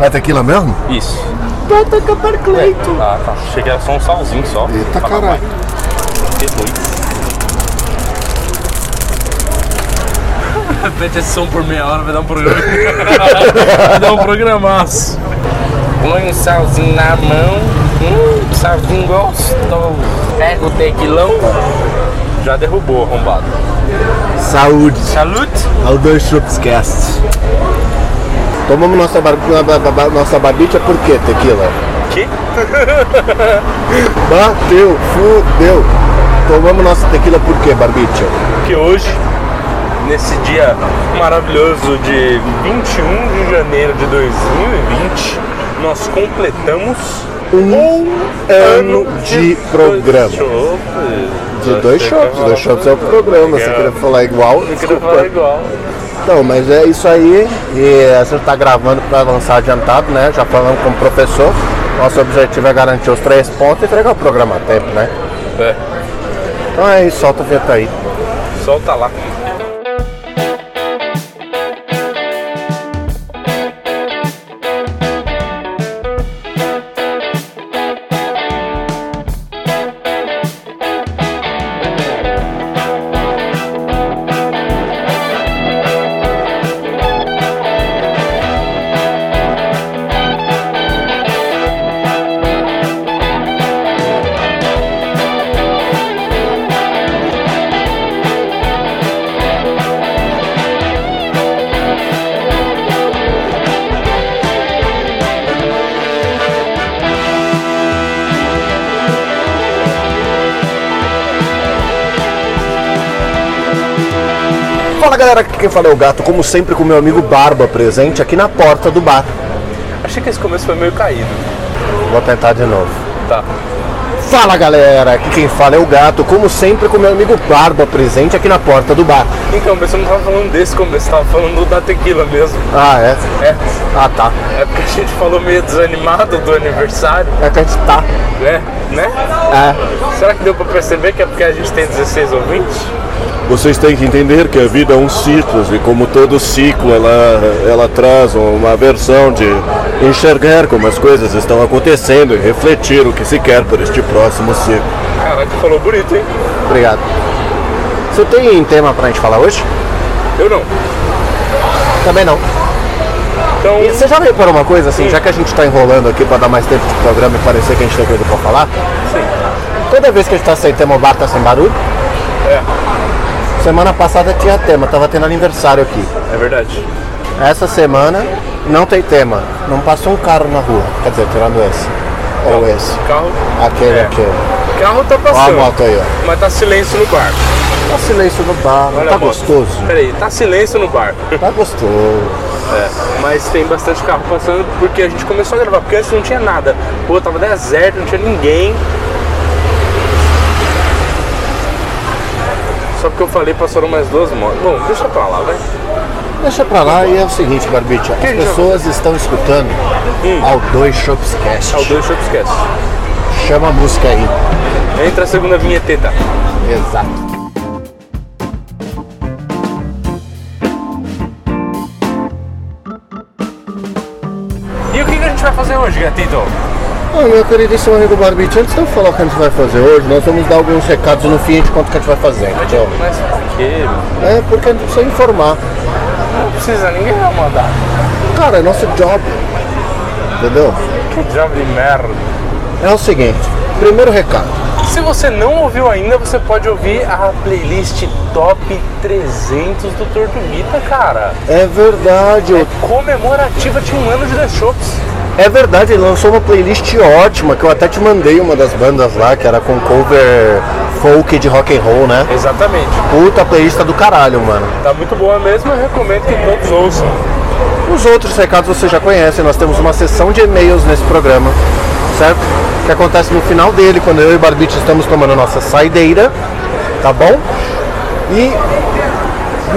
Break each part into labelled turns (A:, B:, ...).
A: Ah, tequila mesmo?
B: Isso.
A: Bota Capar Cleito.
B: Ah, tá. Achei que era só um salzinho só.
A: Eita
B: Fala,
A: caralho.
B: vai. T2. Repete esse som por meia hora, vai dar um programa. vai dar um programaço. Põe um salzinho na mão. Hum, salzinho gostoso. Pega o tequilão. Já derrubou, arrombado.
A: Saúde.
B: Salute.
A: Ao dois chupes cast. Tomamos nossa, bar... ba- ba- ba- nossa barbicha por quê, tequila?
B: Que?
A: Bateu, fudeu. Tomamos nossa tequila por quê, barbicha?
B: que hoje, nesse dia maravilhoso de 21 de janeiro de 2020, nós completamos
A: Um ano de programa. De dois shows, dois shows é o programa, você queria falar igual?
B: Eu queria
A: Desculpa.
B: falar igual.
A: Então, mas é isso aí. E a gente está gravando para lançar adiantado, né? Já falamos como professor. Nosso objetivo é garantir os três pontos e entregar o programa a tempo, né?
B: É,
A: Então é isso, solta o vento aí.
B: solta lá.
A: Fala galera, aqui quem fala é o gato, como sempre com meu amigo Barba presente aqui na porta do bar.
B: Achei que esse começo foi meio caído.
A: Vou tentar de novo.
B: Tá.
A: Fala galera, aqui quem fala é o gato, como sempre com meu amigo Barba presente aqui na porta do bar.
B: Então, mas eu não tava falando desse começo, tava falando da tequila mesmo.
A: Ah, é?
B: É,
A: Ah, tá.
B: é porque a gente falou meio desanimado do aniversário,
A: É que a gente tá.
B: né? Né?
A: É.
B: Será que deu pra perceber que é porque a gente tem 16 ouvintes?
C: Vocês têm que entender que a vida é um ciclo e como todo ciclo ela, ela traz uma versão de enxergar como as coisas estão acontecendo e refletir o que se quer por este próximo ciclo.
B: Caraca, falou bonito, hein?
A: Obrigado. Você tem tema pra gente falar hoje?
B: Eu não.
A: Também não.
B: Então,
A: E você já reparou uma coisa assim, já que a gente tá enrolando aqui pra dar mais tempo de programa e parecer que a gente tem coisa pra falar? Toda vez que a gente tá sem tema, o bar tá sem barulho?
B: é,
A: Semana passada tinha tema, tava tendo aniversário aqui.
B: é verdade.
A: Essa semana não tem tema, não passou um carro na rua. Quer dizer, tirando esse. Ou esse.
B: Carro,
A: Aquele,
B: É.
A: aquele.
B: carro
A: Ó
B: tá
A: a
B: passando,
A: moto aí, ó.
B: mas tá silêncio no bar.
A: Tá silêncio no bar, não
B: Olha
A: tá
B: a moto.
A: gostoso?
B: Peraí, tá silêncio no bar.
A: Tá gostoso.
B: É, mas tem bastante carro passando porque a gente começou a gravar, porque antes não tinha nada. Pô, tava deserto, não tinha ninguém. Só porque eu falei, passaram mais duas motos. Bom, deixa pra lá, vai.
A: Deixa pra lá e é o seguinte, Barbicha. As
B: Quem já-
A: pessoas estão escutando
B: Hum.
A: ao 2 Shopscast.
B: Ah, o dois eu esquece.
A: Chama a música aí.
B: Entra a segunda vinheta. então.
A: Exato.
B: E o que, que a gente vai fazer hoje, gatito?
A: Bom, meu queridíssimo amigo Barbite, antes de eu falar o que a gente vai fazer hoje, nós vamos dar alguns recados no fim de quanto que a gente vai fazer, entendeu?
B: Mas por quê?
A: É porque a gente precisa informar.
B: Não precisa, ninguém vai mandar.
A: Cara, é nosso job. Entendeu?
B: Que job de merda.
A: É o seguinte, primeiro recado.
B: Se você não ouviu ainda, você pode ouvir a playlist Top 300 do Tortuguita, cara.
A: É verdade, eu-
B: Comemorativa de um ano de The Shops.
A: é verdade, ele lançou uma playlist ótima, que eu até te mandei uma das bandas lá, que era com cover folk de rock and roll, né?
B: Exatamente.
A: Puta playlist do caralho, mano.
B: Tá muito boa mesmo, eu recomendo que todos ouçam.
A: Os outros recados você já conhece, nós temos uma sessão de e-mails nesse programa, certo? Que acontece no final dele, quando eu e Barbite estamos tomando nossa saideira, tá bom? E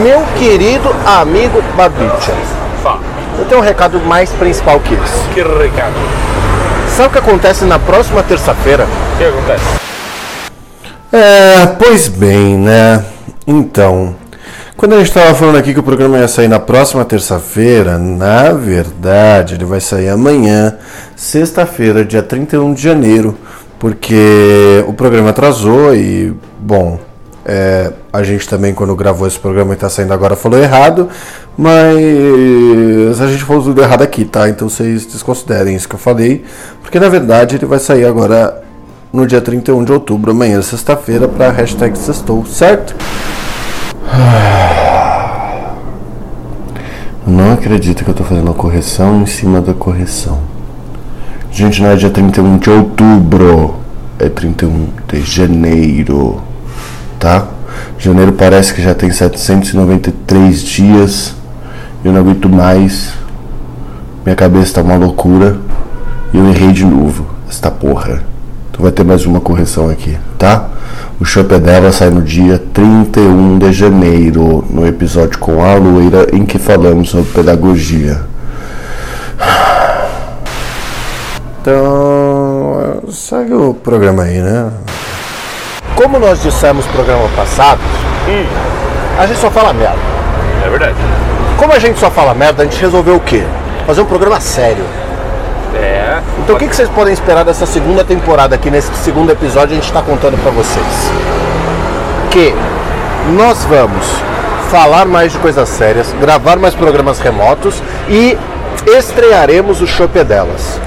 A: meu querido amigo Barbite,
B: Fá,
A: eu tenho um recado mais principal que esse.
B: que recado.
A: Sabe o que acontece na próxima terça-feira?
B: O que acontece?
C: É, pois bem, né? Então,
D: Quando a gente estava falando aqui que o programa ia sair na próxima terça-feira, na verdade ele vai sair amanhã, sexta-feira, dia 31 de janeiro, porque o programa atrasou e, bom, é, a gente também, quando gravou esse programa e está saindo agora, falou errado, mas a gente falou tudo errado aqui, tá? Então vocês desconsiderem isso que eu falei, porque na verdade ele vai sair agora no dia 31 de outubro, amanhã, sexta-feira, para hashtag Sextou, certo? Não acredito que eu tô fazendo a correção em cima da correção. Gente, não é dia 31 de outubro, é 31 de janeiro, tá? Janeiro parece que já tem 793 dias, eu não aguento mais, minha cabeça tá uma loucura e eu errei de novo, esta porra. Então vai ter mais uma correção aqui, tá? O show dela sai no dia 31 de janeiro, no episódio com a Loira, em que falamos sobre pedagogia. Então, segue o programa aí, né?
A: Como nós dissemos no programa passado, a gente só fala merda.
B: Hum, É verdade.
A: Como a gente só fala merda, a gente resolveu o quê? Fazer um programa sério.
B: É.
A: Então o que, que vocês podem esperar dessa segunda temporada aqui, nesse segundo episódio a gente está contando para vocês? Que nós vamos falar mais de coisas sérias, gravar mais programas remotos e estrearemos o Chope Delas,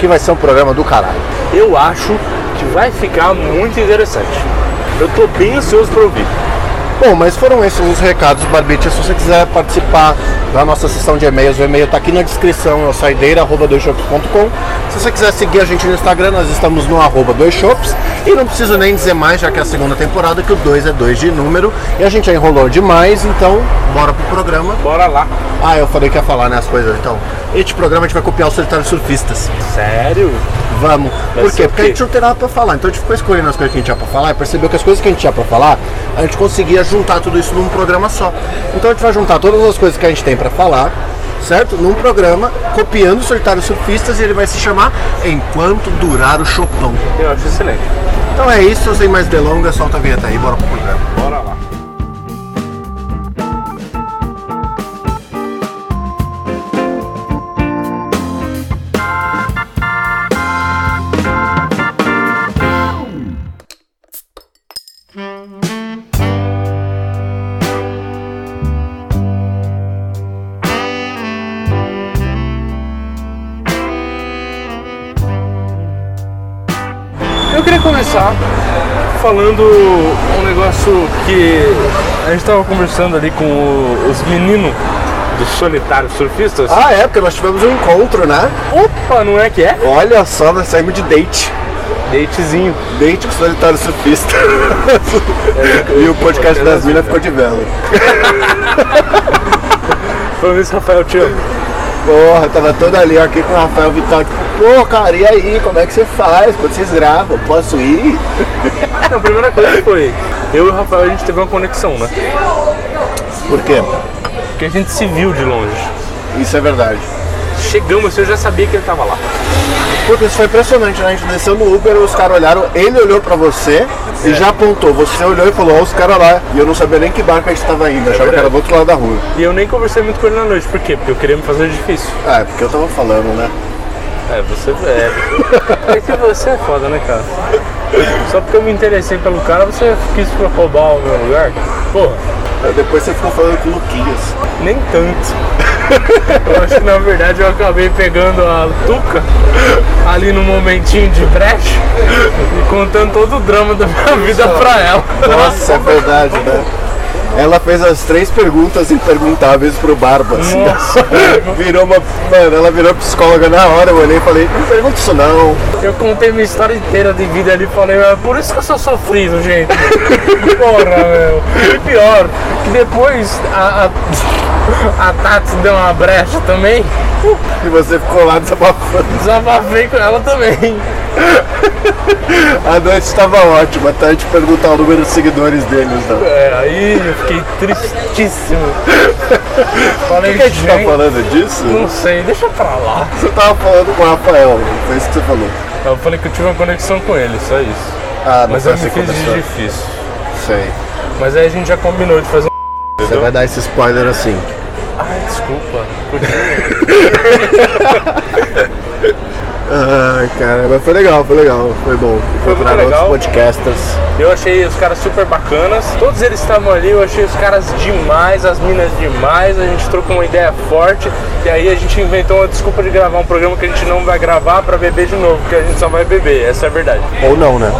A: que vai ser um programa do caralho.
B: Eu acho que vai ficar muito interessante. Eu tô bem ansioso pra ouvir.
A: Bom, mas foram esses os recados, Barbite. Se você quiser participar da nossa sessão de e-mails, o e-mail está aqui na descrição, é o saideira.doishops.com. Se você quiser seguir a gente no Instagram, nós estamos no arroba doisshops. E não preciso nem dizer mais, já que é a segunda temporada, que o 2 é 2 de número. E a gente já enrolou demais, então bora pro programa.
B: Bora lá.
A: Ah, eu falei que ia falar, né, as coisas, então. Este programa a gente vai copiar os solitários surfistas.
B: Sério?
A: Vamos.
B: Vai
A: Por
B: ser
A: quê?
B: o
A: Porque a
B: quê?
A: gente não tem nada pra falar. Então a gente ficou escolhendo as coisas que a gente tinha pra falar e percebeu que as coisas que a gente tinha pra falar, a gente conseguia juntar tudo isso num programa só. Então a gente vai juntar todas as coisas que a gente tem pra falar, certo? Num programa, copiando o Solitário Surfistas e ele vai se chamar Enquanto Durar o Chopão.
B: Eu acho excelente.
A: Então é isso, sem mais delongas, solta a vinheta aí, bora pro programa.
B: Bora lá. Eu queria começar falando um negócio que a gente tava conversando ali com o- os meninos dos solitários surfistas.
A: Ah, é, porque nós tivemos um encontro, né?
B: Opa, não é que é?
A: Olha só, nós saímos de date.
B: Datezinho.
A: Date com o Solitário Surfista. e o podcast das minas ficou de vela.
B: Falando isso, Rafael, te amo.
A: Porra, tava toda ali ó, aqui com o Rafael Vital. Tipo, Pô, cara, e aí? Como é que você faz? Quando vocês gravam? Posso ir?
B: A primeira coisa foi, eu e o Rafael, a gente teve uma conexão, né?
A: Por quê?
B: Porque a gente se viu de longe.
A: Isso é verdade.
B: Chegamos, assim, eu já sabia que ele tava lá.
A: Porque isso foi impressionante, né? A gente desceu no Uber, os caras olharam, ele olhou pra você e já apontou. Você olhou e falou, ó, os caras lá. E eu não sabia nem que barco a gente tava indo, eu achava que era do outro lado da rua.
B: E eu nem conversei muito com ele na noite, por quê? Porque eu queria me fazer difícil.
A: Ah, é porque eu tava falando, né?
B: É, você é. É que você é foda, né, cara? Só porque eu me interessei pelo cara, você quis roubar o meu lugar? Porra,
A: Aí Depois você ficou falando com o Luquinhas.
B: nem tanto. Eu acho que na verdade eu acabei pegando a Tuca ali no momentinho de brecha e contando todo o drama da minha vida pra ela.
A: Nossa, é verdade, né? Ela fez as três perguntas imperguntáveis pro Barbas.
B: Nossa,
A: Virou uma. Mano, ela virou psicóloga na hora, eu olhei e falei, não pergunta isso não.
B: eu contei minha história inteira de vida ali e falei, é por isso que eu sou sofrido, gente. Porra, meu. E pior, que depois a, a, a Tati deu uma brecha também.
A: E você ficou lá desabafando.
B: Desabafei com ela também.
A: A noite estava ótima, até a gente perguntar o número de seguidores deles, né?
B: É, aí eu fiquei tristíssimo. Falei,
A: Por que a gente tá
B: "Gente,
A: falando disso?
B: Não sei, deixa pra lá.
A: Você tava falando com o Rafael, foi isso que você falou.
B: Eu falei que eu tive uma conexão com ele, só isso.
A: Ah, não
B: Mas
A: foi
B: eu me
A: assim que
B: fiz de
A: começou.
B: difícil.
A: Sei.
B: Mas aí a gente já combinou de fazer um
A: Você vai dar esse spoiler assim.
B: Ai, desculpa.
A: Ai, cara, mas foi legal, foi legal, foi bom.
B: muito
A: Encontrar
B: legal.
A: outros podcasters.
B: Eu achei os caras super bacanas. Todos eles estavam ali, eu achei os caras demais, as minas demais. A gente trocou uma ideia forte. E aí a gente inventou uma desculpa de gravar um programa que a gente não vai gravar pra beber de novo, porque a gente só vai beber. Essa é a verdade.
A: Ou não, né?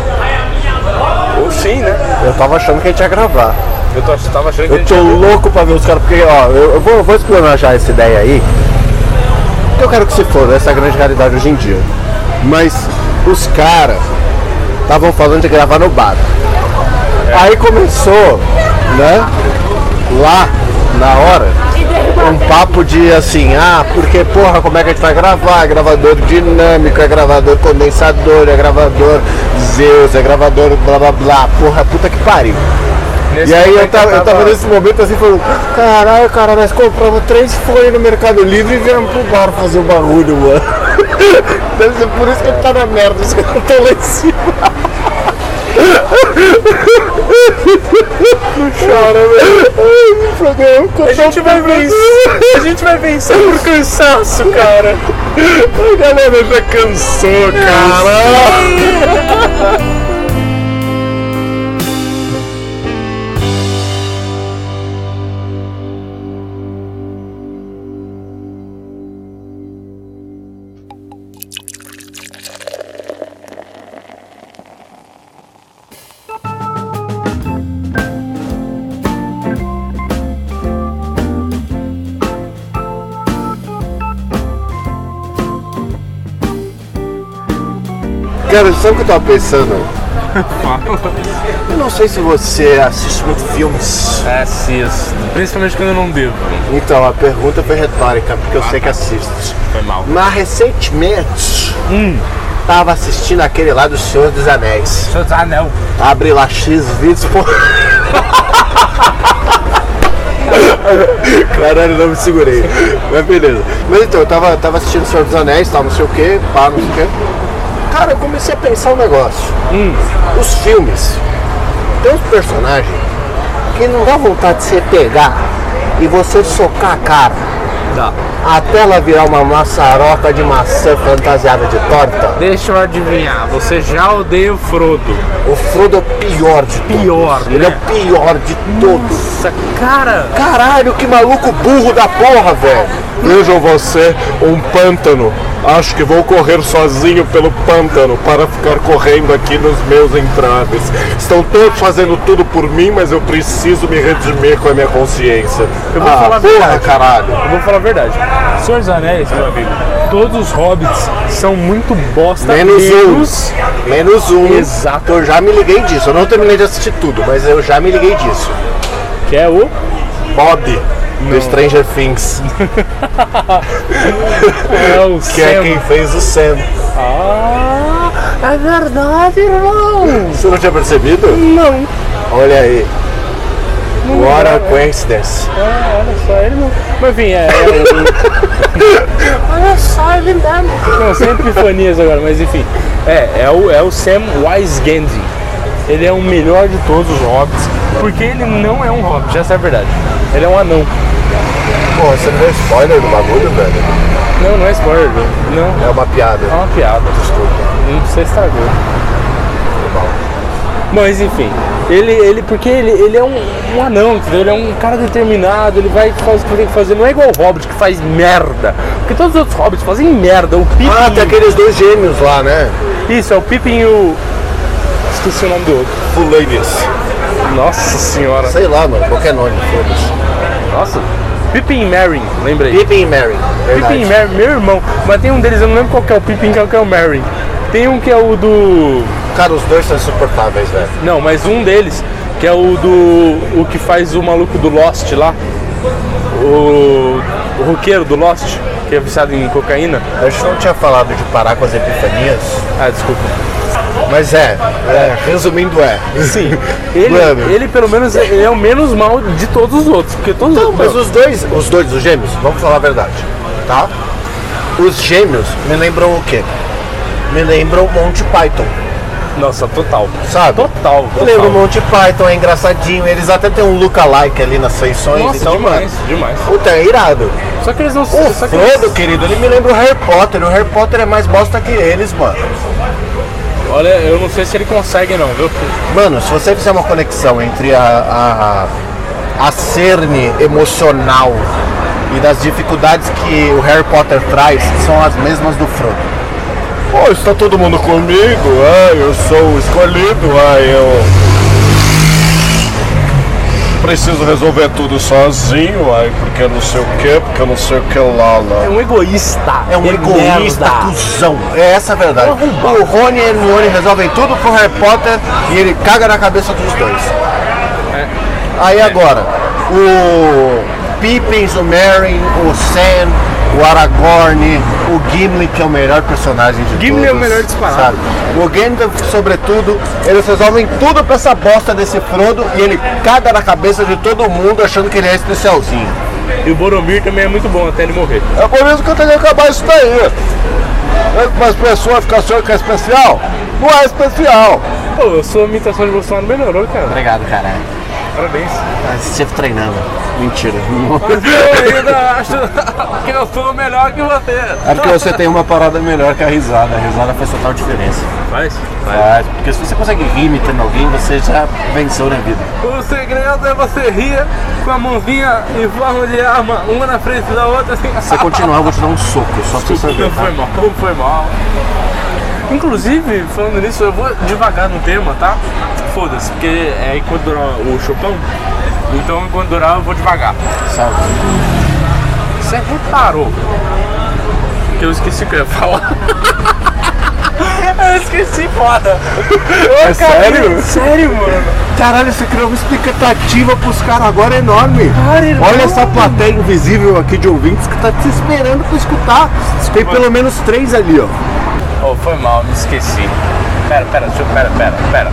B: Ou sim, né?
A: Eu tava achando que a gente ia gravar.
B: Eu tô, tava achando que a
A: Eu
B: gente.
A: tô
B: ia beber.
A: louco pra ver os caras, porque ó, eu, eu vou, eu vou explanar já essa ideia aí. Porque Eu quero que se foda, essa é a grande realidade hoje em dia. Mas os caras estavam falando de gravar no bar. Aí começou, né? Lá, na hora, um papo de assim, ah, porque porra, como é que a gente vai gravar? É gravador dinâmico, é gravador condensador, é gravador Zeus, é gravador blá blá blá, porra, puta que pariu.
B: Nesse
A: E aí eu
B: momento
A: tava, eu tava nesse momento assim falando, caralho, cara, nós compramos três folhas no Mercado Livre e viemos pro bar fazer o barulho, mano. Deve ser por isso que ele tá na merda, os caras estão lá em cima. Não chora, velho. Ai, o programa ficou
B: A gente vai vencer. A gente vai vencer por cansaço, cara.
A: A galera já cansou, cara. Cara, sabe o que eu tava pensando? Eu não sei se você assiste muito filmes.
B: É, Assisto. Principalmente quando eu não devo.
A: Então, a pergunta foi retórica, porque eu sei que assiste.
B: Foi mal.
A: Mas recentemente tava assistindo aquele lá do Senhor dos Anéis.
B: Seu anel.
A: Abre lá X vídeos, pô. Caralho, não me segurei. Mas beleza. Mas então, eu tava, tava assistindo Senhor dos Anéis, tal, não sei o que, pá, não sei o quê. Cara, eu comecei a pensar um negócio. Os filmes. Tem uns personagens que não dá vontade de você pegar e você socar a cara.
B: Dá.
A: Até ela virar uma maçaroca de maçã fantasiada de torta.
B: Deixa eu adivinhar. Você já odeia o Frodo.
A: O Frodo é o pior de todos.
B: Pior,
A: Ele é
B: né?
A: o pior de todos.
B: Nossa, cara.
A: Caralho, que maluco burro da porra, velho.
C: Vejam você, um pântano. Acho que vou correr sozinho pelo pântano para ficar correndo aqui nos meus entraves. Estão todos fazendo tudo por mim, mas eu preciso me redimir com a minha consciência. Ah,
B: Eu vou falar a
C: porra,
B: verdade.
C: caralho.
B: Eu vou falar a verdade. Senhor dos Anéis, meu amigo, todos os hobbits são muito bosta.
A: Menos
B: menos
A: um. Menos um.
B: Tá Exato.
A: Eu já me liguei disso. Eu não terminei de assistir tudo, mas eu já me liguei disso. um.
B: que é o.
A: Bob, do Stranger Things,
B: É o
A: que é quem fez o Sam.
B: Ah, é verdade, irmão.
A: Você não tinha percebido?
B: Não.
A: Olha aí. What a coincidence.
B: Ah, olha só, ele não. Mas enfim, é. olha só, é ele mesmo. Não, sem epifanias agora, mas enfim. É, é o, é o Sam Wisegendy. Ele é o melhor de todos os hobbits. Porque ele não é um hobbit, essa é a verdade. Ele é um anão.
A: Pô, você não deu spoiler do bagulho, velho?
B: Não, não é spoiler, viu? não.
A: É uma piada.
B: É uma piada, desculpa. Você estragou. Mas enfim, ele, ele porque ele, ele é um, um anão, entendeu? Ele é um cara determinado, ele vai fazer o que tem que fazer. Não é igual o Hobbit que faz merda. Porque todos os outros Hobbits fazem merda. O Pippin.
A: Ah, tem aqueles dois gêmeos lá, né?
B: Isso, é o Pippin e o. Esqueci o nome do outro.
A: Fulanis.
B: Nossa senhora.
A: Sei lá, mano, qualquer nome. foda-se.
B: Nossa. Pippin e Merry, lembrei.
A: Pippin e Mary.
B: Pippin e Merry, meu irmão. Mas tem um deles, eu não lembro qual que é o Pippin e qual que é o Merry. Tem um que é o do.
A: Cara, os dois são insuportáveis, velho.
B: Não, mas um deles, que é o do. O que faz o maluco do Lost lá. O. O roqueiro do Lost, que é viciado em cocaína.
A: A gente não tinha falado de parar com as epifanias,
B: Ah, desculpa.
A: mas é, é, resumindo é.
B: Sim. Ele,
A: Mano.
B: ele pelo menos ele é o menos mal de todos os outros. Porque todos
A: Não,
B: os
A: mas
B: outros.
A: os dois, os dois, os gêmeos, vamos falar a verdade, tá? Os gêmeos me lembram o quê? Me lembram Monty Python.
B: Nossa, total.
A: sabe?
B: Total, total.
A: Lembra o Monty Python, é engraçadinho. Eles até tem um lookalike ali nas feições.
B: Nossa,
A: então,
B: demais,
A: mano.
B: demais.
A: Puta, é irado.
B: Só que eles não
A: O
B: só que
A: Frodo,
B: eles,
A: querido, ele me lembra o Harry Potter. O Harry Potter é mais bosta que eles, mano.
B: Olha, eu não sei se ele consegue não, viu?
A: Mano, se você fizer uma conexão entre a, a, a cerne emocional e das dificuldades que o Harry Potter traz, são as mesmas do Frodo.
C: Pô, está todo mundo comigo? Ah, eu sou o escolhido. Ah, eu. Preciso resolver tudo sozinho, ai, porque eu não sei o que, porque eu não sei o que lá, lá.
B: um egoísta. um
A: É um egoísta, cuzão. É essa a verdade. O Rony e a Hermione resolvem tudo com o Harry Potter e ele caga na cabeça dos dois.
B: É.
A: Aí agora, o Pippins, o Merry, o Sam, o Aragorn, o Gimli, que é o melhor personagem de todos.
B: Gimli é o melhor disparado.
A: sabe? O Gandalf, sobretudo, eles resolvem tudo pra essa bosta desse Frodo e ele caga na cabeça de todo mundo achando que ele é especialzinho.
B: E o Boromir também é muito bom até ele morrer.
A: É por isso que eu tenho que acabar isso daí. Mas pessoas ficam achando que é especial? Não é especial.
B: Pô, a sua imitação de Bolsonaro melhorou, cara.
A: Obrigado, cara.
B: Parabéns.
A: Você tá treinando. Mentira.
B: Eu ainda acho que eu sou melhor que você.
A: É porque você tem uma parada melhor que a risada. A risada faz total diferença.
B: Faz?
A: Faz. Porque se você consegue rir imitando alguém, você já venceu na vida.
B: O segredo é você rir com a mãozinha em forma de arma, uma na frente da outra, assim.
A: Se você continuar, eu vou te dar um soco, só pra você saber. tá?
B: Não foi mal, não foi mal. Inclusive, falando nisso, eu vou devagar no tema, tá? Foda-se, porque é enquanto durar o chopão, então enquanto durar eu vou devagar.
A: Sabe?
B: Você reparou que eu esqueci o que eu ia falar? eu esqueci, foda.
A: É
B: Sério? Sério, mano.
A: Caralho, você criou uma expectativa pros caras agora é enorme.
B: Cara, irmão.
A: Olha essa plateia invisível aqui de ouvintes que tá te esperando pra escutar. Tem pelo menos três ali, ó.
B: Oh, foi mal, me esqueci. Pera, pera, deixa eu, pera, pera, pera.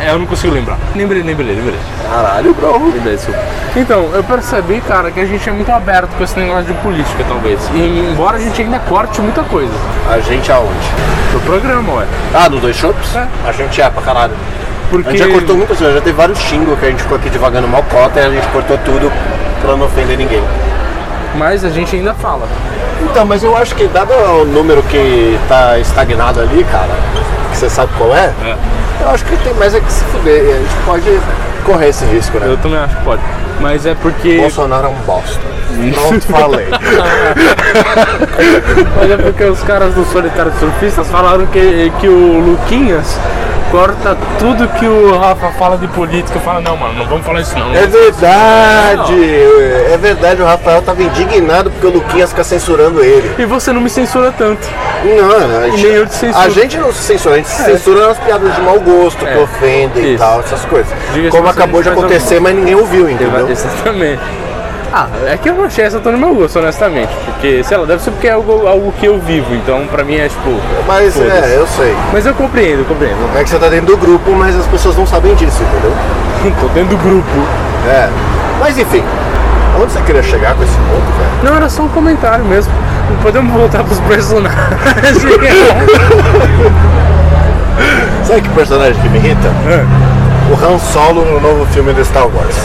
B: É, eu não consigo lembrar. Lembrei, lembrei, lembrei.
A: Caralho, bro.
B: Então, eu percebi, cara, que a gente é muito aberto com esse negócio de política, talvez. E embora a gente ainda corte muita coisa
A: A gente aonde?
B: do programa, ué.
A: Ah, no Dois Shops?
B: É.
A: A gente é pra caralho.
B: Porque
A: A gente já cortou muitas vezes, já teve vários xingos que a gente ficou aqui devagando mal cota e a gente cortou tudo pra não ofender ninguém. um-
B: Mas a gente ainda fala.
A: Então, mas eu acho que dado o número que tá estagnado ali, cara, que você sabe qual é, eu acho que tem mais é que se fuder. A gente pode correr esse risco, né?
B: Eu também acho que pode. Mas é porque.
A: Bolsonaro é um bosta. Não falei.
B: Mas é porque os caras do Solitário Surfistas falaram que, que o Luquinhas corta tudo que o Rafa fala de política. Fala, não, mano, não vamos falar isso não.
A: É verdade, é verdade, o Rafael tava indignado porque o Luquinhas fica censurando ele.
B: E você não me censura tanto.
A: Não, a
B: E
A: gente,
B: nem eu te censuro.
A: a gente não se censura, a gente se censura nas piadas de mau gosto,
B: É,
A: que ofendem e
B: isso.
A: tal, essas coisas.
B: Diga-se
A: Como
B: que você
A: acabou de
B: faz
A: acontecer, mas ninguém ouviu, entendeu?
B: Exatamente. Ah, é que eu não achei essa tão no meu gosto, honestamente. Porque, sei lá, deve ser porque é algo, algo que eu vivo, então pra mim é tipo.
A: Mas
B: Foda-se.
A: é, eu sei.
B: Mas eu compreendo, eu compreendo.
A: É que você tá dentro do grupo, mas as pessoas não sabem disso, entendeu?
B: Tô dentro do grupo.
A: É. Mas enfim, onde você queria chegar com esse ponto, velho?
B: Não, era só um comentário mesmo. Podemos voltar pros personagens.
A: Sabe que personagem que me irrita? O Han Solo no novo filme do Star Wars.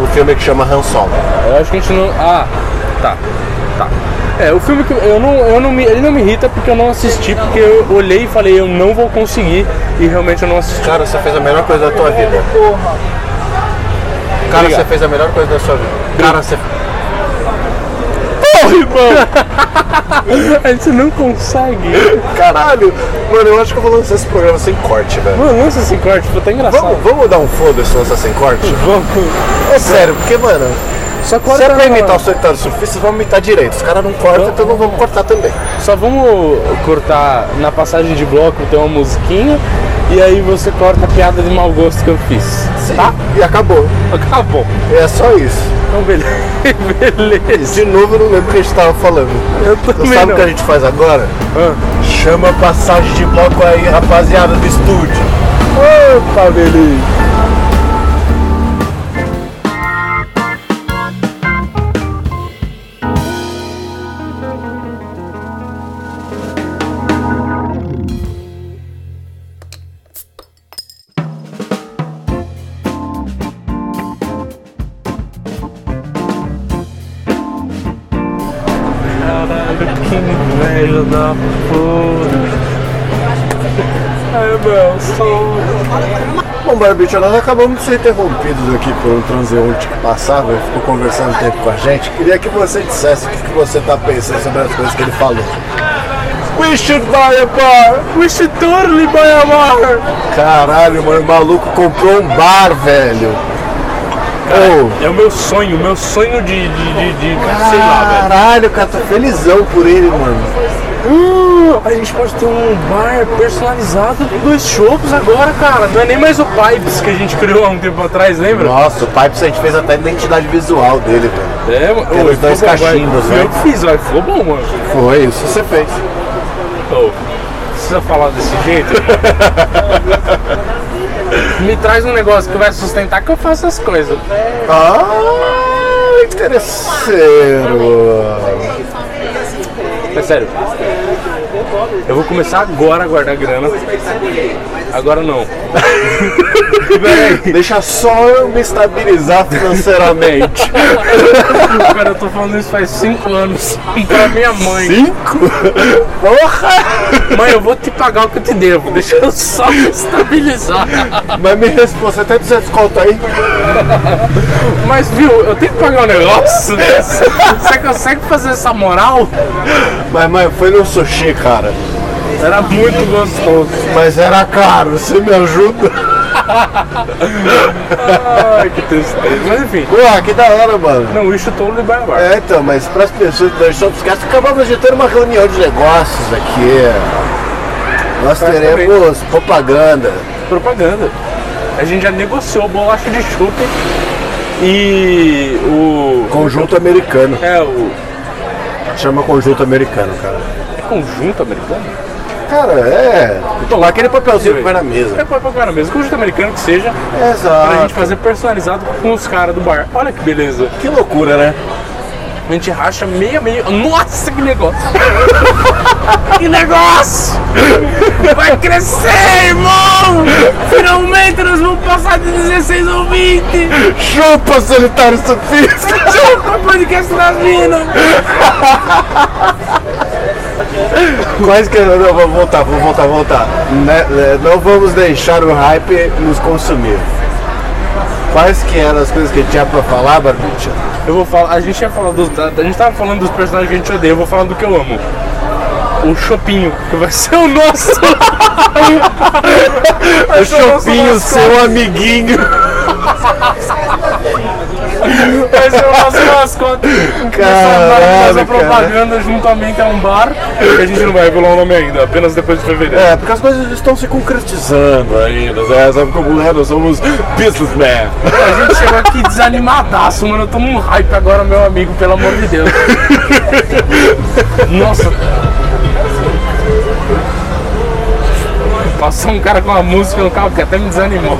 A: O filme que chama Han Solo.
B: eu acho que a gente não. Ah, tá. Tá. É, o filme que eu não, eu não me, ele não me irrita porque eu não assisti, porque eu olhei e falei, eu não vou conseguir, e realmente eu não assisti.
A: Cara, você fez a melhor coisa da tua vida. Cara,
B: Obrigado.
A: você fez a melhor coisa da sua vida. Cara, você
B: a gente não consegue.
A: Caralho! Mano, eu acho que eu vou lançar esse programa sem corte, velho.
B: Mano, lança esse corte, foi até engraçado.
A: Vamos, vamos dar um foda-se lançar sem corte? É sério, porque, mano,
B: Só
A: se é
B: corta.
A: pra imitar o solitário surfista, vamos imitar direito. Os caras não cortam, então não vamos cortar também.
B: Só vamos cortar na passagem de bloco, tem uma musiquinha, e aí você corta a piada de mau gosto que eu fiz.
A: Tá? E acabou.
B: Acabou.
A: É só isso.
B: Então beleza. beleza.
A: De novo, eu não lembro o que a gente tava falando.
B: Eu
A: Então,
B: também
A: sabe o
B: não.
A: que a gente faz agora?
B: Ah,
A: Chama a passagem de bloco aí, rapaziada do estúdio. Opa, beleza.
B: Que inveja da porra. Ai, meu, sou.
A: Bom, Barbicha, nós acabamos de ser interrompidos aqui por um transeunte que passava e ficou conversando um tempo com a gente. Queria que você dissesse o que que você está pensando sobre as coisas que ele falou.
B: We should buy a bar! We should totally buy a bar!
A: Caralho, mano, o maluco comprou um bar, velho. Ô,
B: É o meu sonho, o meu sonho de. de, de, de- sei lá, velho.
A: caralho, cara, tô felizão por ele, mano.
B: Hum, a gente pode ter um bar personalizado com dois shows agora, cara. Não é nem mais o Pipes que a gente criou há um tempo atrás, lembra?
A: Nossa, o Pipes a gente fez até a identidade visual dele, velho.
B: É, mano.
A: Tem os dois cachimbos,
B: Foi
A: né?
B: eu que fiz, velho. Ficou bom, mano.
A: Foi isso que você fez.
B: Ô, precisa falar desse jeito? Me traz um negócio que vai sustentar que eu faço as coisas.
A: Ah, interesseiro.
B: É sério. Eu vou começar agora a guardar grana. Agora não. Véi,
A: Deixa só eu me estabilizar financeiramente.
B: cara, eu tô falando isso faz 5 anos. Pra minha mãe.
A: Cinco? Porra!
B: Mãe, eu vou te pagar o que eu te devo. Deixa eu só me estabilizar.
A: Mas me responde, você tem 200 conto aí?
B: Mas viu, eu tenho que pagar um negócio desse. Você consegue fazer essa moral?
A: Mas mãe, foi no sushi, cara.
B: Era muito gostoso.
A: Mas era caro, você me ajuda?
B: Ai, que tristeza. Mas enfim.
A: Porra, que da hora, mano.
B: Não, isso totally by bar.
A: É, então, mas pras pessoas que nós somos caras, acabamos de ter uma reunião de negócios aqui. Nós teremos propaganda.
B: propaganda. A gente já negociou bolacha de chupe e o.
A: Conjunto americano.
B: É o.
A: Chama conjunto americano, cara.
B: É conjunto americano?
A: Cara, é. Então, lá aquele papelzinho que vai na
B: É
A: mesa. Ah,
B: qual era mesmo, conjunto americano que seja, pra gente
A: Exato.
B: fazer personalizado com os caras do bar. Olha que beleza.
A: Que loucura, né?
B: A gente racha meia meia. Nossa, que negócio! que negócio! Vai crescer, irmão! Finalmente nós vamos passar de 16 ou 20!
A: Chupa, solitário sofista!
B: Chupa podcast das minas!
A: Quais que. Não, vou voltar, vou voltar, vou voltar. Né, né, não vamos deixar o hype nos consumir. Quais que eram as coisas que tinha pra falar, Barbicha?
B: Eu vou falar, a gente ia falar dos. da- A gente tava falando dos personagens que a gente odeia, eu vou falar do que eu amo. O Chopinho, que vai ser o nosso.
A: O
B: ser o nosso
A: Chopinho,
B: mascote.
A: seu amiguinho.
B: vai ser o nosso mascote. Vai
A: Caralho,
B: fazer
A: cara.
B: propaganda juntamente a um bar. Que a gente não vai revelar o nome ainda, apenas depois de fevereiro.
A: É, porque as coisas estão se concretizando ainda, né? Sabe como é? Nós somos businessmen.
B: A gente chegou aqui desanimadaço, mano. Eu tô num hype agora, meu amigo, pelo amor de Deus. Nossa. Passou um cara com uma música no carro que até me desanimou.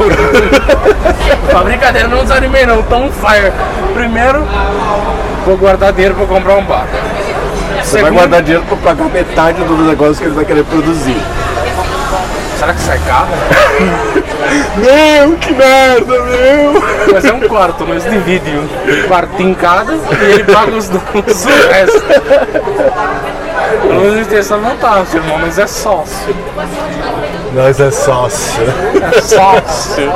B: Pra brincadeira, não desanimei não, tô on fire. Primeiro, vou guardar dinheiro pra comprar um bar.
A: Você vai
B: Segundo,
A: guardar dinheiro pra pagar metade do negócio que ele vai querer produzir.
B: Será que sai carro?
A: Meu, que merda, meu!
B: Mas é um quarto, mas divide um quarto em cada e ele paga os dois o resto. Pelo menos a gente tem essa vantagem, irmão, mas é sócio.
A: Nós é sócio.
B: É sócio.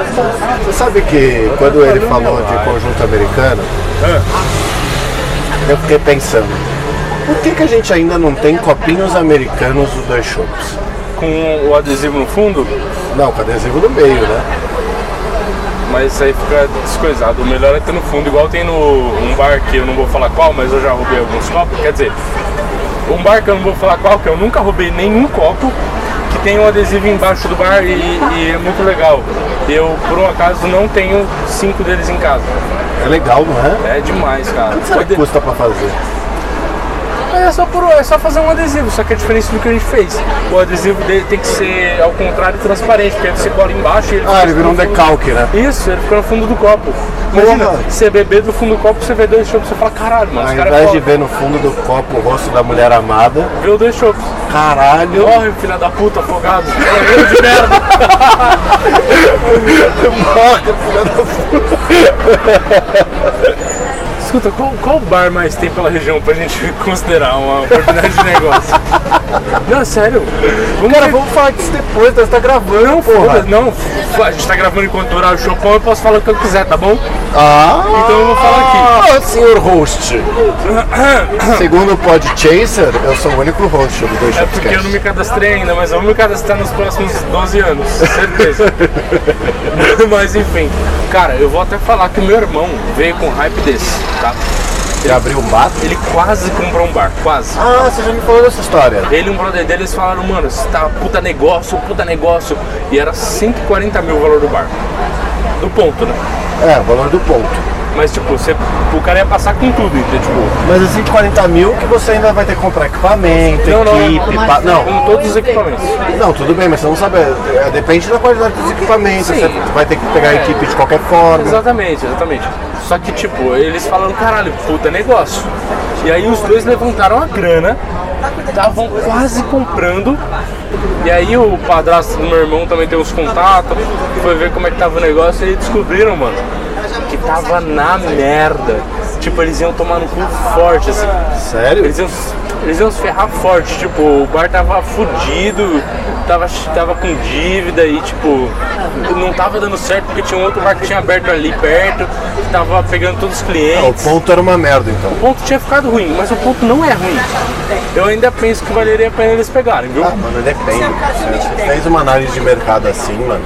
A: Você sabe que quando ele falou de conjunto americano, eu fiquei pensando, por que, que a gente ainda não tem copinhos americanos dos dois shows?
B: Com o adesivo no fundo,
A: Não, com adesivo no meio, né?
B: mas isso aí fica descoisado. O melhor é ter no fundo, igual tem no um bar que eu não vou falar qual, mas eu já roubei alguns copos. Quer dizer, um bar que eu não vou falar qual, que eu nunca roubei nenhum copo, que tem um adesivo embaixo do bar e, e é muito legal. Eu, por um acaso, não tenho cinco deles em casa.
A: É legal, não é?
B: É demais, cara.
A: Quanto será que custa pra fazer?
B: Mas é só, por, é só fazer um adesivo, só que é diferente do que a gente fez. O adesivo dele tem que ser ao contrário transparente, porque aí você cola embaixo e ele.
A: Ah,
B: fica
A: ele virou um
B: no fundo.
A: decalque, né?
B: Isso, ele fica no fundo do copo. Imagina,
A: Porra.
B: você beber do fundo do copo, você vê dois chopos, você fala, caralho, mano,
A: Ao
B: os
A: invés
B: caras
A: Ah, de
B: de...
A: ver no fundo do copo o rosto da mulher amada,
B: vê dois chopos.
A: caralho,
B: Morre, filha da puta, afogado.
A: É
B: Morreu de merda.
A: morre, filha da puta.
B: Escuta, qual, qual bar mais tem pela região pra gente considerar uma oportunidade de negócio? Não, é sério. Vamos
A: Cara,
B: ver-
A: vamos falar disso depois, nós tá gravando,
B: Não,
A: porra.
B: foda não. f- A gente tá gravando enquanto durar o chopão, eu posso falar o que eu quiser, tá bom?
A: Ah,
B: Então eu vou falar
A: ah, senhor host.
B: aqui.
A: Segundo o Podchaser, eu sou o único host do Dois
B: É porque eu não me cadastrei ainda, mas eu vou me cadastrar nos próximos 12 anos, certeza. mas enfim, cara, eu vou até falar que o meu irmão veio com um hype desse, tá?
A: Ele abriu um bar?
B: Ele quase comprou um bar, quase.
A: Ah, você já me falou dessa história.
B: Ele e um brother dele, eles falaram, mano, isso tá puta negócio, puta negócio. E era 140 mil o valor do bar. Do ponto, né?
A: É, o valor do ponto.
B: Mas tipo, você, o cara ia passar com tudo, entendeu? Tipo,
A: Mas assim, de 40 mil que você ainda vai ter que comprar equipamento,
B: Não, é não,
A: equipe,
B: não.
A: pa- não.
B: Tipo, com todos os equipamentos.
A: Não, tudo bem, mas você não sabe. é, Depende da qualidade dos equipamentos.
B: Sim.
A: Você vai ter que pegar a equipe de qualquer forma.
B: Exatamente, exatamente. Só que, tipo, eles falaram, caralho, puta negócio. E aí os dois levantaram a grana, estavam quase comprando. E aí o padrasto do meu irmão também tem os contatos, foi ver como é que tava o negócio e eles descobriram, mano, que tava na merda. Tipo, eles iam tomar no cu forte, assim.
A: Sério?
B: Eles iam, eles iam se ferrar forte, tipo, o bar tava fudido, tava, tava com dívida e tipo, não tava dando certo porque tinha um outro bar que tinha aberto ali perto, que tava pegando todos os
A: O
B: clientes.
A: ponto era uma merda, então.
B: O ponto tinha ficado ruim, mas o ponto não é ruim. Eu ainda penso que valeria a pena eles pegarem, viu?
A: Ah, mano, depende. Se você fez uma análise de mercado assim, mano.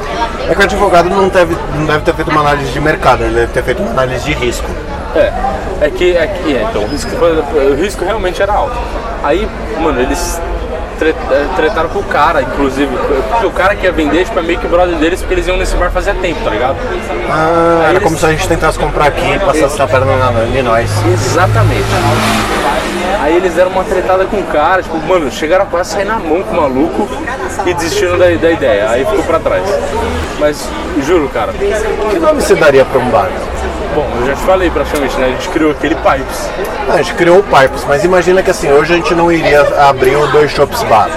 A: É que o advogado não deve, não deve ter feito uma análise de mercado, ele deve ter feito uma análise de risco.
B: É. É que, é que é, então, o risco, o risco realmente era alto. Aí, mano, eles tre- eh, tretaram com o cara, inclusive. Porque o cara que ia vender, tipo, é meio que brother deles, porque eles iam nesse bar fazia tempo, tá ligado?
A: Ah,
B: Aí
A: era
B: eles-
A: como se a gente tentasse comprar aqui e passasse a perna na- de nós.
B: Exatamente. Aí eles deram uma tretada com o cara, tipo, mano, chegaram a quase sair na mão com o maluco e desistiram da, da ideia. Aí ficou pra trás. Mas, juro, cara,
A: Que nome você daria pra um bar?
B: bom, eu já te falei praticamente, né? A gente criou aquele pipes.
A: Ah, a gente criou o Pipes, mas imagina que assim, hoje a gente não iria abrir o Dois Shops Bar.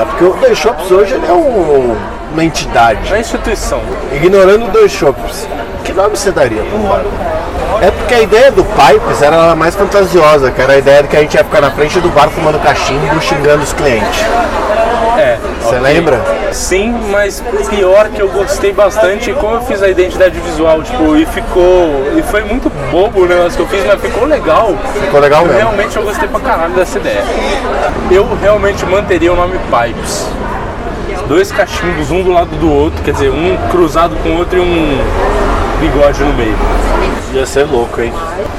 A: É porque o Dois Shops hoje ele é um- uma entidade.
B: Na instituição.
A: Ignorando dois shops, que nome você daria pro bar? É porque a ideia do Pipes era a mais fantasiosa, que era a ideia de que a gente ia ficar na frente do bar fumando cachimbo, xingando os clientes.
B: É.
A: Você lembra?
B: Sim, mas pior que eu gostei bastante, como eu fiz a identidade visual, tipo, e ficou. E foi muito bobo o negócio que eu fiz, mas ficou legal.
A: Ficou legal
B: Eu
A: mesmo.
B: Realmente eu gostei pra caralho dessa ideia. Eu realmente manteria o nome Pipes. Dois cachimbos, um do lado do outro, quer dizer, um cruzado com o outro e um bigode no meio.
A: Ia ser louco, hein?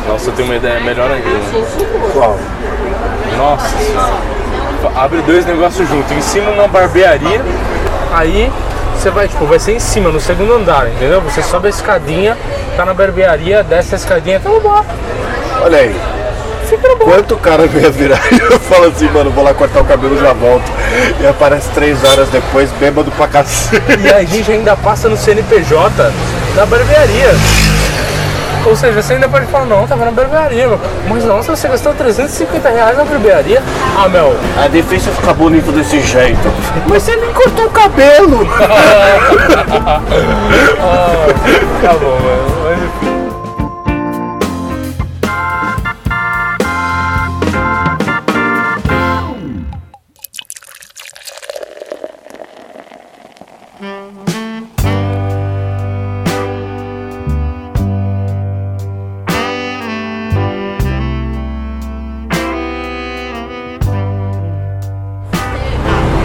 B: Nossa, eu tenho uma ideia melhor ainda. né?
A: Qual?
B: Nossa senhora. Abre dois negócios juntos, em cima uma barbearia, aí você vai, tipo, vai ser em cima, no segundo andar, entendeu? Você sobe a escadinha, tá na barbearia, desce a escadinha, tá no bar.
A: Olha aí. Quanto cara não ia virar e eu falo assim, mano, vou lá cortar o cabelo e já volto. E aparece três horas depois, bêbado pra cacete.
B: E a gente ainda passa no CNPJ da barbearia. Ou seja, você ainda pode falar, não, tava na barbearia, meu. mas nossa, você gastou 350 reais na barbearia. Ah, meu,
A: É difícil ficar bonito desse jeito. Mas você nem cortou o cabelo!
B: Ah, tá bom, mano. Mas enfim.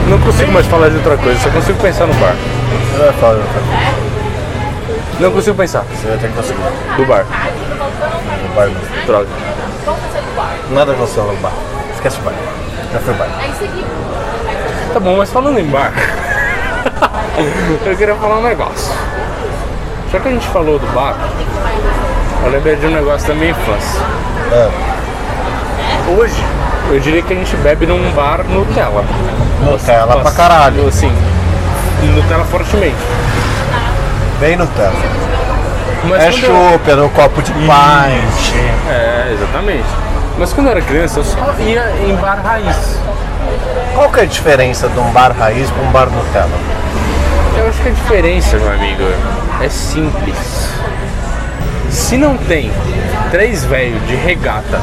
B: Não consigo mais falar de outra coisa, só consigo pensar no bar.
A: É,
B: Não consigo pensar.
A: Você vai ter que conseguir.
B: Do bar.
A: Vai, mano.
B: Droga.
A: Nada relacionado ao bar. Esquece o bar. Já foi bar.
B: Tá bom, mas falando em bar, eu queria falar um negócio. Já que a gente falou do bar, eu lembrei de um negócio da minha infância.
A: É.
B: Hoje, eu diria que a gente bebe num bar Nutella.
A: Nutella Tá pra
B: Nossa,
A: caralho.
B: Assim, Nutella fortemente.
A: Bem Nutella.
B: Mas
A: É
B: quando eu-
A: chopp, é no copo de paz.
B: É, exatamente. Mas quando eu era criança, eu só ia em bar raiz.
A: Qual que é a diferença de um bar raiz pra um bar Nutella?
B: Eu acho que a diferença, meu amigo, é simples. Se não tem três velhos de regata,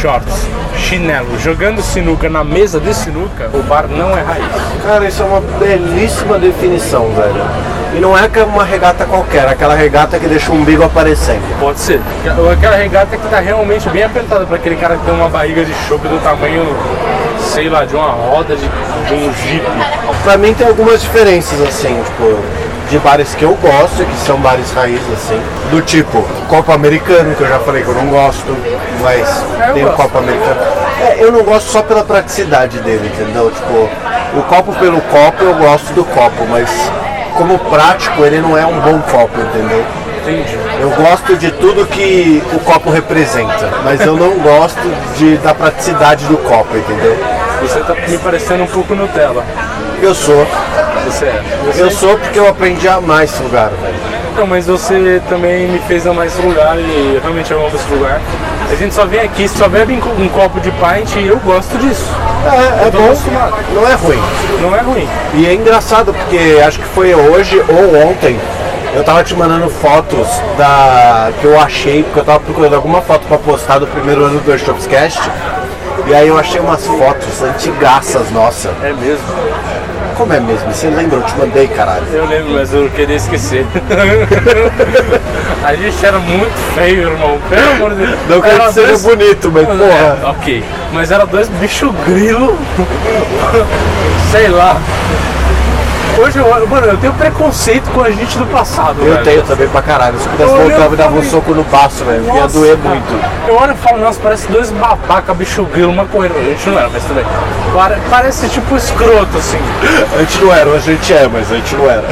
B: shorts, chinelo, jogando sinuca na mesa de sinuca, o bar não é raiz.
A: Cara, isso é uma belíssima definição, velho. E não é que é uma regata qualquer, é aquela regata que deixa o umbigo aparecendo.
B: Pode ser. Aquela regata que tá realmente bem apertada pra aquele cara que tem uma barriga de chope do tamanho, sei lá, de uma roda de, de um jeep.
A: Pra mim tem algumas diferenças, assim, tipo, de bares que eu gosto, que são bares raiz, assim. Do tipo, Copa Americano, que eu já falei que eu não gosto, mas
B: eu
A: tem o
B: gosto.
A: Copa Americano. É, eu não gosto só pela praticidade dele, entendeu? Tipo, o copo pelo copo, eu gosto do copo, mas como prático, ele não é um bom copo, entendeu?
B: Entendi.
A: Eu gosto de tudo que o copo representa, mas eu não gosto de, da praticidade do copo, entendeu?
B: Você tá me parecendo um pouco Nutella.
A: Eu sou.
B: Você é. Você
A: Eu sou porque eu aprendi a amar esse lugar, velho.
B: Então, mas você também me fez amar esse lugar e eu realmente eu amo esse lugar. A gente só vem aqui, só bebe um co- um copo de pint e eu gosto disso.
A: É, é
B: tô acostumado.
A: bom, não é ruim.
B: Não é ruim.
A: E é engraçado porque acho que foi hoje ou ontem. Eu tava te mandando fotos da que eu achei, porque eu tava procurando alguma foto pra postar do primeiro ano do Dois Shops Cast. E aí eu achei umas fotos antigaças, nossa.
B: É mesmo.
A: Como é mesmo? Você lembra? Eu te mandei, caralho.
B: Eu lembro, mas eu queria esquecer. a gente era muito feio, irmão. Pelo amor de Deus.
A: Não quero
B: Era
A: que seja
B: dois-
A: bonito, mas porra.
B: É, ok. Mas era dois bicho grilo. Sei lá. Hoje eu, olho- mano, eu tenho preconceito com a gente do passado.
A: Eu
B: velho.
A: tenho também pra caralho. Se pudesse
B: Eu
A: voltar, é. eu
B: olhei,
A: dava um
B: falei,
A: soco no baço, velho. Ia
B: Nossa,
A: doer
B: cara.
A: muito.
B: Eu olho e falo, nossa, parece dois babaca, bicho grilo, uma correndo. A gente não era, mas tudo bem. Pare- Parece tipo escroto, assim.
A: A gente não era, a gente é, mas a gente não era.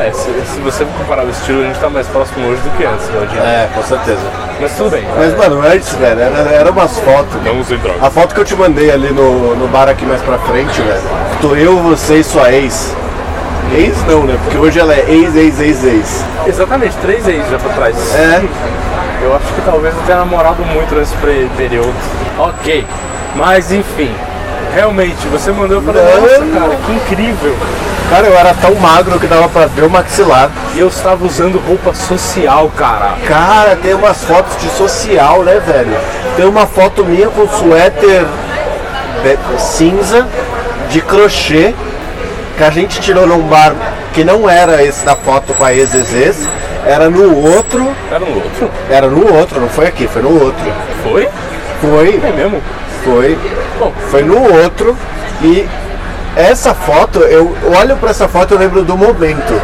B: É, se, se você comparar o estilo, a gente tá mais próximo hoje do que antes, né, hoje.
A: É, com certeza.
B: Mas tudo bem.
A: Mas, mano, antes, velho, era, era umas fotos.
B: Não usem droga.
A: A foto que eu te mandei ali no, no bar aqui mais pra frente, velho. Tô eu, você e sua ex. Ex não, né? Porque hoje ela é ex, ex, ex, ex.
B: Exatamente, três ex já pra trás.
A: É.
B: Eu acho que talvez eu tenha namorado muito nesse pre- período. Ok. Mas enfim. Realmente, você mandou eu falei,
A: Não.
B: nossa cara, que incrível.
A: Cara, eu era tão magro que dava pra ver o maxilar.
B: E eu estava usando roupa social, cara.
A: Cara, tem umas fotos de social, né, velho? Tem uma foto minha com suéter be- cinza de crochê que a gente tirou num bar que não era esse da foto com a ex-ex, era no outro,
B: Era um outro.
A: era no outro, não foi aqui, foi no outro.
B: Foi?
A: Foi,
B: É mesmo?
A: foi,
B: Bom,
A: foi no outro e essa foto, eu olho pra essa foto e eu lembro do momento.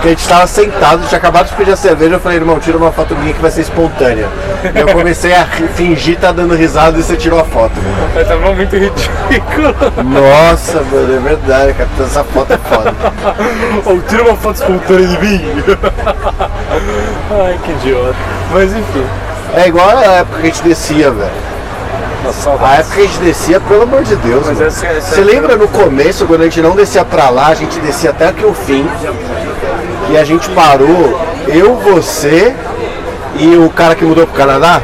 A: Que a gente tava sentado, tinha acabado de pedir a cerveja, eu falei, irmão, tira uma foto minha que vai ser espontânea. E eu comecei a ri- fingir tá dando risada e você tirou a foto.
B: eu tava muito ridículo.
A: Nossa, mano, é verdade, cara. Essa foto é foda.
B: Ou tira uma foto espontânea de mim. Ai, que idiota. Mas enfim.
A: É igual a época que a gente descia, velho.
B: Nossa,
A: A
B: saudades.
A: época que a gente descia, pelo amor de Deus.
B: Mas
A: mano.
B: essa- essa-
A: Você lembra no começo, quando a gente não descia pra lá, a gente descia até aqui o fim. E a gente parou, eu, você e o cara que mudou pro Canadá,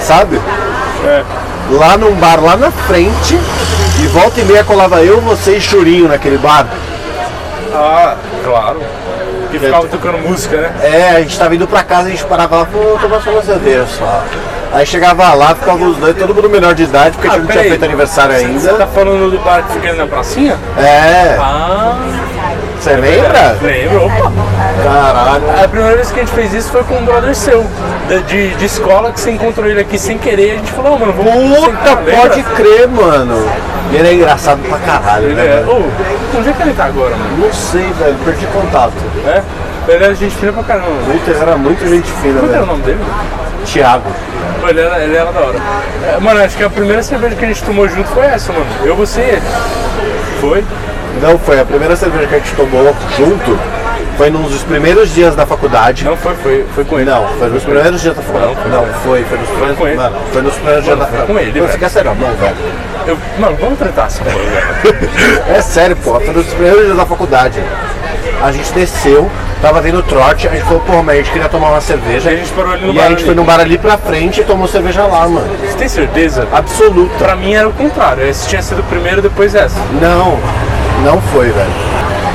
A: sabe?
B: É.
A: Lá num bar lá na frente. E volta e meia colava eu, você e Churinho naquele bar.
B: Ah, claro. Que ficava tocando música, né?
A: É, a gente tava indo pra casa, a gente parava lá, pô, tô passando a Deus só. Aí chegava lá, ficava os dois, todo mundo menor de idade, porque a gente não tinha
B: Ah, peraí.
A: feito aniversário
B: Você tá
A: ainda.
B: falando do bar que fica ali na pracinha?
A: É,
B: Ah,
A: você lembra?
B: lembro. Opa.
A: Caralho.
B: A primeira vez que a gente fez isso foi com um brother seu, da- de, de escola, que você encontrou ele aqui sem querer. A gente falou, "Ô, mano, vamos.
A: Puta,
B: sentar, lembra?"
A: pode crer, mano. Ele é engraçado pra caralho,
B: Ele
A: né?
B: é.
A: mano?
B: Ô, onde é que ele tá agora, mano?
A: Não sei, velho, perdi contato.
B: É? Ele era gente fina pra caramba.
A: Puta, ele era muito gente fina,
B: Qual era o
A: velho.
B: nome dele?
A: Thiago.
B: Pô, Ele era, ele era da hora. É, Mano, acho que a primeira cerveja que a gente tomou junto foi essa, mano. Eu, você e ele. Foi?
A: Não, foi a primeira cerveja que a gente tomou junto. Foi num dos primeiros dias da faculdade.
B: Não, foi, foi, foi com ele.
A: Não, foi nos primeiros dias da faculdade. Não, foi, foi nos primeiros.
B: com ele.
A: Mano, foi nos primeiros dias da
B: Mano, foi com ele,
A: Não,
B: velho.
A: fica sério, não, velho.
B: Eu, mano, vamos tratar essa porra, velho.
A: É sério, pô. Foi nos primeiros dias da faculdade. A gente desceu, tava vendo trote, a gente falou, pô, mas a gente queria tomar uma cerveja.
B: E a gente parou ali no
A: E
B: bar
A: a gente
B: ali.
A: foi num bar ali pra frente e tomou cerveja lá, mano.
B: Você tem certeza?
A: Absoluta.
B: Pra mim era o contrário. Esse tinha sido o primeiro, depois essa.
A: Não, não foi, velho.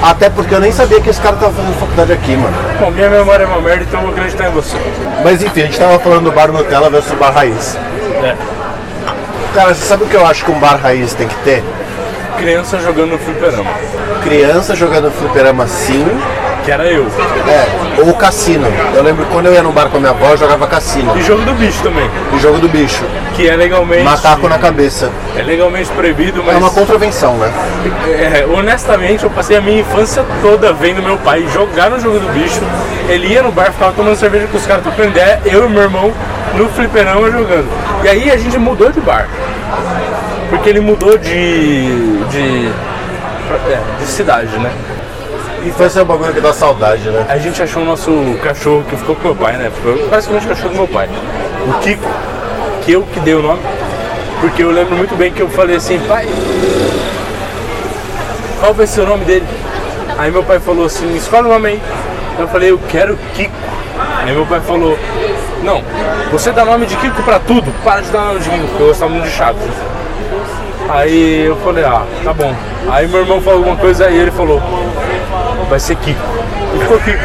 A: Até porque eu nem sabia que esse cara tava fazendo faculdade aqui, mano.
B: Bom, minha memória é uma merda, então eu vou acreditar em você.
A: Mas enfim, a gente tava falando do bar Nutella versus bar raiz.
B: É.
A: Cara, você sabe o que eu acho que um bar raiz tem que ter?
B: Criança jogando fliperama.
A: Criança jogando fliperama sim,
B: Que era eu.
A: é, ou cassino. Eu lembro que quando eu ia no bar com a minha avó, eu jogava cassino.
B: E jogo do bicho também.
A: O jogo do bicho,
B: Que é legalmente.
A: macaco na cabeça.
B: É legalmente proibido,
A: É
B: mas.
A: uma contravenção, né?
B: É, honestamente, eu passei a minha infância toda vendo meu pai jogar no jogo do bicho. Ele ia no bar, ficava tomando cerveja com os caras pra aprender, eu e meu irmão no fliperama jogando. E aí a gente mudou de bar. Porque ele mudou de. de. é, de cidade, né?
A: Infância é um bagulho que dá saudade, né?
B: A gente achou o nosso cachorro que ficou com meu pai, né? Foi basicamente o cachorro do meu pai. O Kiko, que eu que dei o nome. Porque eu lembro muito bem que eu falei assim, pai, qual vai ser o nome dele? Aí meu pai falou assim, escolhe o nome aí. Eu falei, eu quero Kiko. Aí meu pai falou, não, você dá nome de Kiko pra tudo, para de dar nome de Kiko, porque eu gostava muito de Chaves. Aí eu falei, ah, tá bom. Aí meu irmão falou alguma coisa aí ele falou, vai ser Kiko. E ficou Kiko.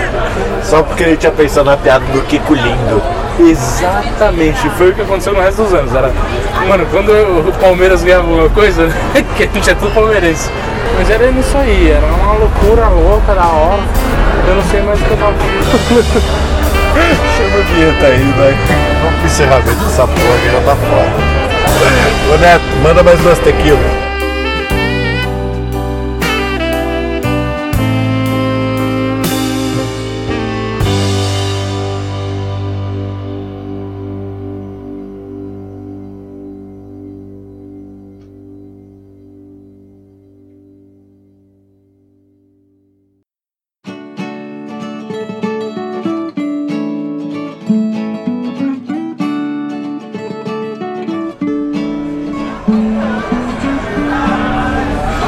A: Só porque ele tinha pensado na piada do Kiko lindo.
B: Exatamente, foi o que aconteceu no resto dos anos. Era, mano, quando o Palmeiras ganhava alguma coisa, que a gente é tudo palmeirense. Mas era isso aí, era uma loucura louca da hora. Eu não sei mais o que eu tava
A: Chama a vinheta aí, vai. Vamos pro encerramento dessa porra que já tá foda. Ô Neto, manda mais duas tequilas.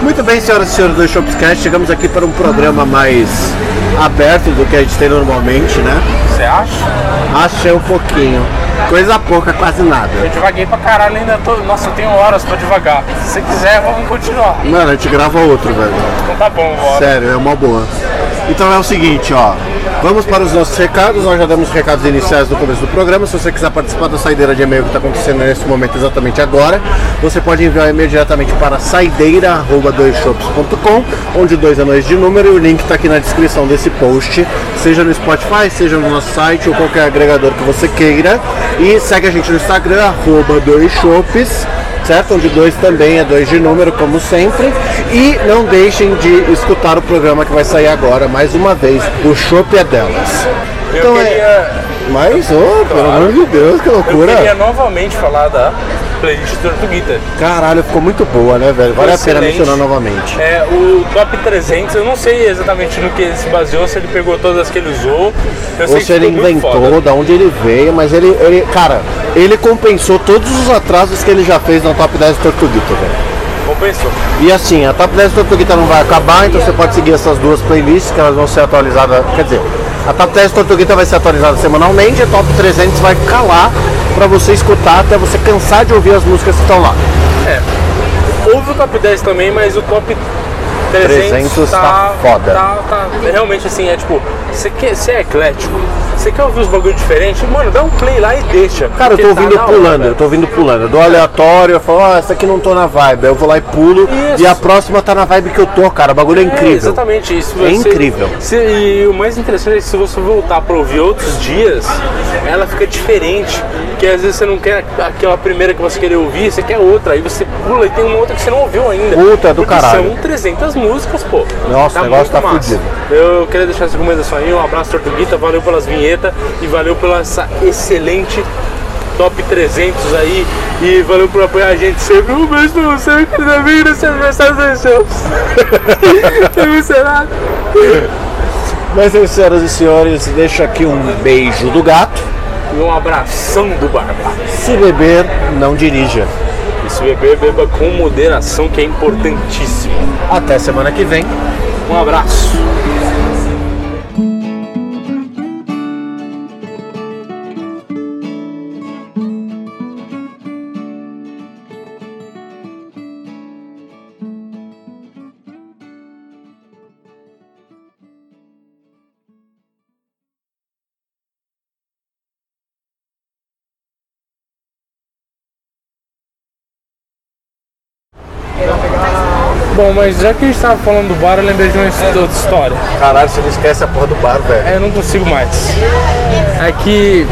A: Muito bem, senhoras e senhores do Shopscast, chegamos aqui para um programa mais aberto do que a gente tem normalmente, né?
B: Você acha?
A: Achei um pouquinho. Coisa pouca, quase nada.
B: Eu devaguei pra caralho ainda. Tô... Nossa, eu tenho horas pra devagar. Se você quiser, vamos continuar.
A: Mano, a gente grava outro, velho.
B: Então tá bom, bora.
A: Sério, é uma boa. Então é o seguinte, ó. Vamos para os nossos recados. Nós já demos os recados iniciais no começo do programa. Se você quiser participar da saideira de e-mail que está acontecendo nesse momento, exatamente agora, você pode enviar o e-mail diretamente para saideira.doisshops.com, onde o dois é noite de número e o link está aqui na descrição desse post, seja no Spotify, seja no nosso site ou qualquer agregador que você queira. E segue a gente no Instagram, arroba doisshops certo? Onde dois também é dois de número, como sempre. E não deixem de escutar o programa que vai sair agora, mais uma vez, o Chopp é delas.
B: Eu
A: Então
B: queria.
A: é. Mas, ô, pelo amor de Deus, que
B: Eu
A: loucura!
B: queria novamente falar da playlist Tortuguita.
A: Caralho, ficou muito boa, né, velho? Vale a pena
B: Excelente.
A: mencionar novamente.
B: É, o Top 300, eu não sei exatamente no que ele se baseou, se ele pegou todas as que ele usou. Eu sei
A: Ou
B: que
A: se ele
B: É, ficou muito foda.
A: inventou, da onde ele veio, mas ele, ele, cara, ele compensou todos os atrasos que ele já fez na Top 10 do Tortuguito, velho.
B: Compensou.
A: E assim, a Top 10 do Tortuguita não vai acabar, então você pode seguir essas duas playlists que elas vão ser atualizadas. Quer dizer, a Top 10 do Tortuguita vai ser atualizada semanalmente, a Top 300 vai ficar lá pra você escutar até você cansar de ouvir as músicas que estão lá.
B: É. Houve o top 10 também, mas o top 300,
A: 300 tá foda.
B: Tá, tá- realmente assim, é tipo, você quer- você é eclético, você quer ouvir os bagulho diferente, mano, dá um play lá e deixa.
A: Cara, eu
B: porque
A: tô ouvindo
B: tá na hora,
A: pulando, eu
B: velho.
A: tô ouvindo pulando. Eu dou aleatório, eu falo, ó, essa aqui não tô na vibe. Aí eu vou lá e pulo,
B: Isso.
A: e a próxima tá na vibe que eu tô, cara. O bagulho é
B: É,
A: incrível.
B: exatamente isso.
A: É incrível.
B: se- e o mais interessante é que se você voltar para ouvir outros dias, ela fica diferente. Porque às vezes você não quer aquela primeira que você queria ouvir, você quer outra. Aí você pula e tem uma outra que você não ouviu ainda.
A: Puta é do
B: Porque
A: caralho.
B: São 300 músicas, pô.
A: Nossa, o negócio tá
B: muito massa.
A: fudido.
B: Eu queria deixar essa recomendação aí. Um abraço, Tortuguita. Valeu pelas vinhetas e valeu pela essa excelente top 300 aí. E valeu por apoiar a gente sempre. Um beijo pra você, querido amigo, nesse aniversário dos seus. um Tô emocionado.
A: Mas, é senhoras e senhores, deixo aqui um beijo do gato.
B: E um abração do Barba.
A: Se beber, não dirija.
B: E se beber, beba com moderação, que é importantíssimo.
A: Até semana que vem.
B: Um abraço. Bom, mas já que a gente tava falando do bar, eu lembrei de uma his- outra história.
A: Caralho, você não esquece a porra do bar, velho.
B: É, eu não consigo mais. É que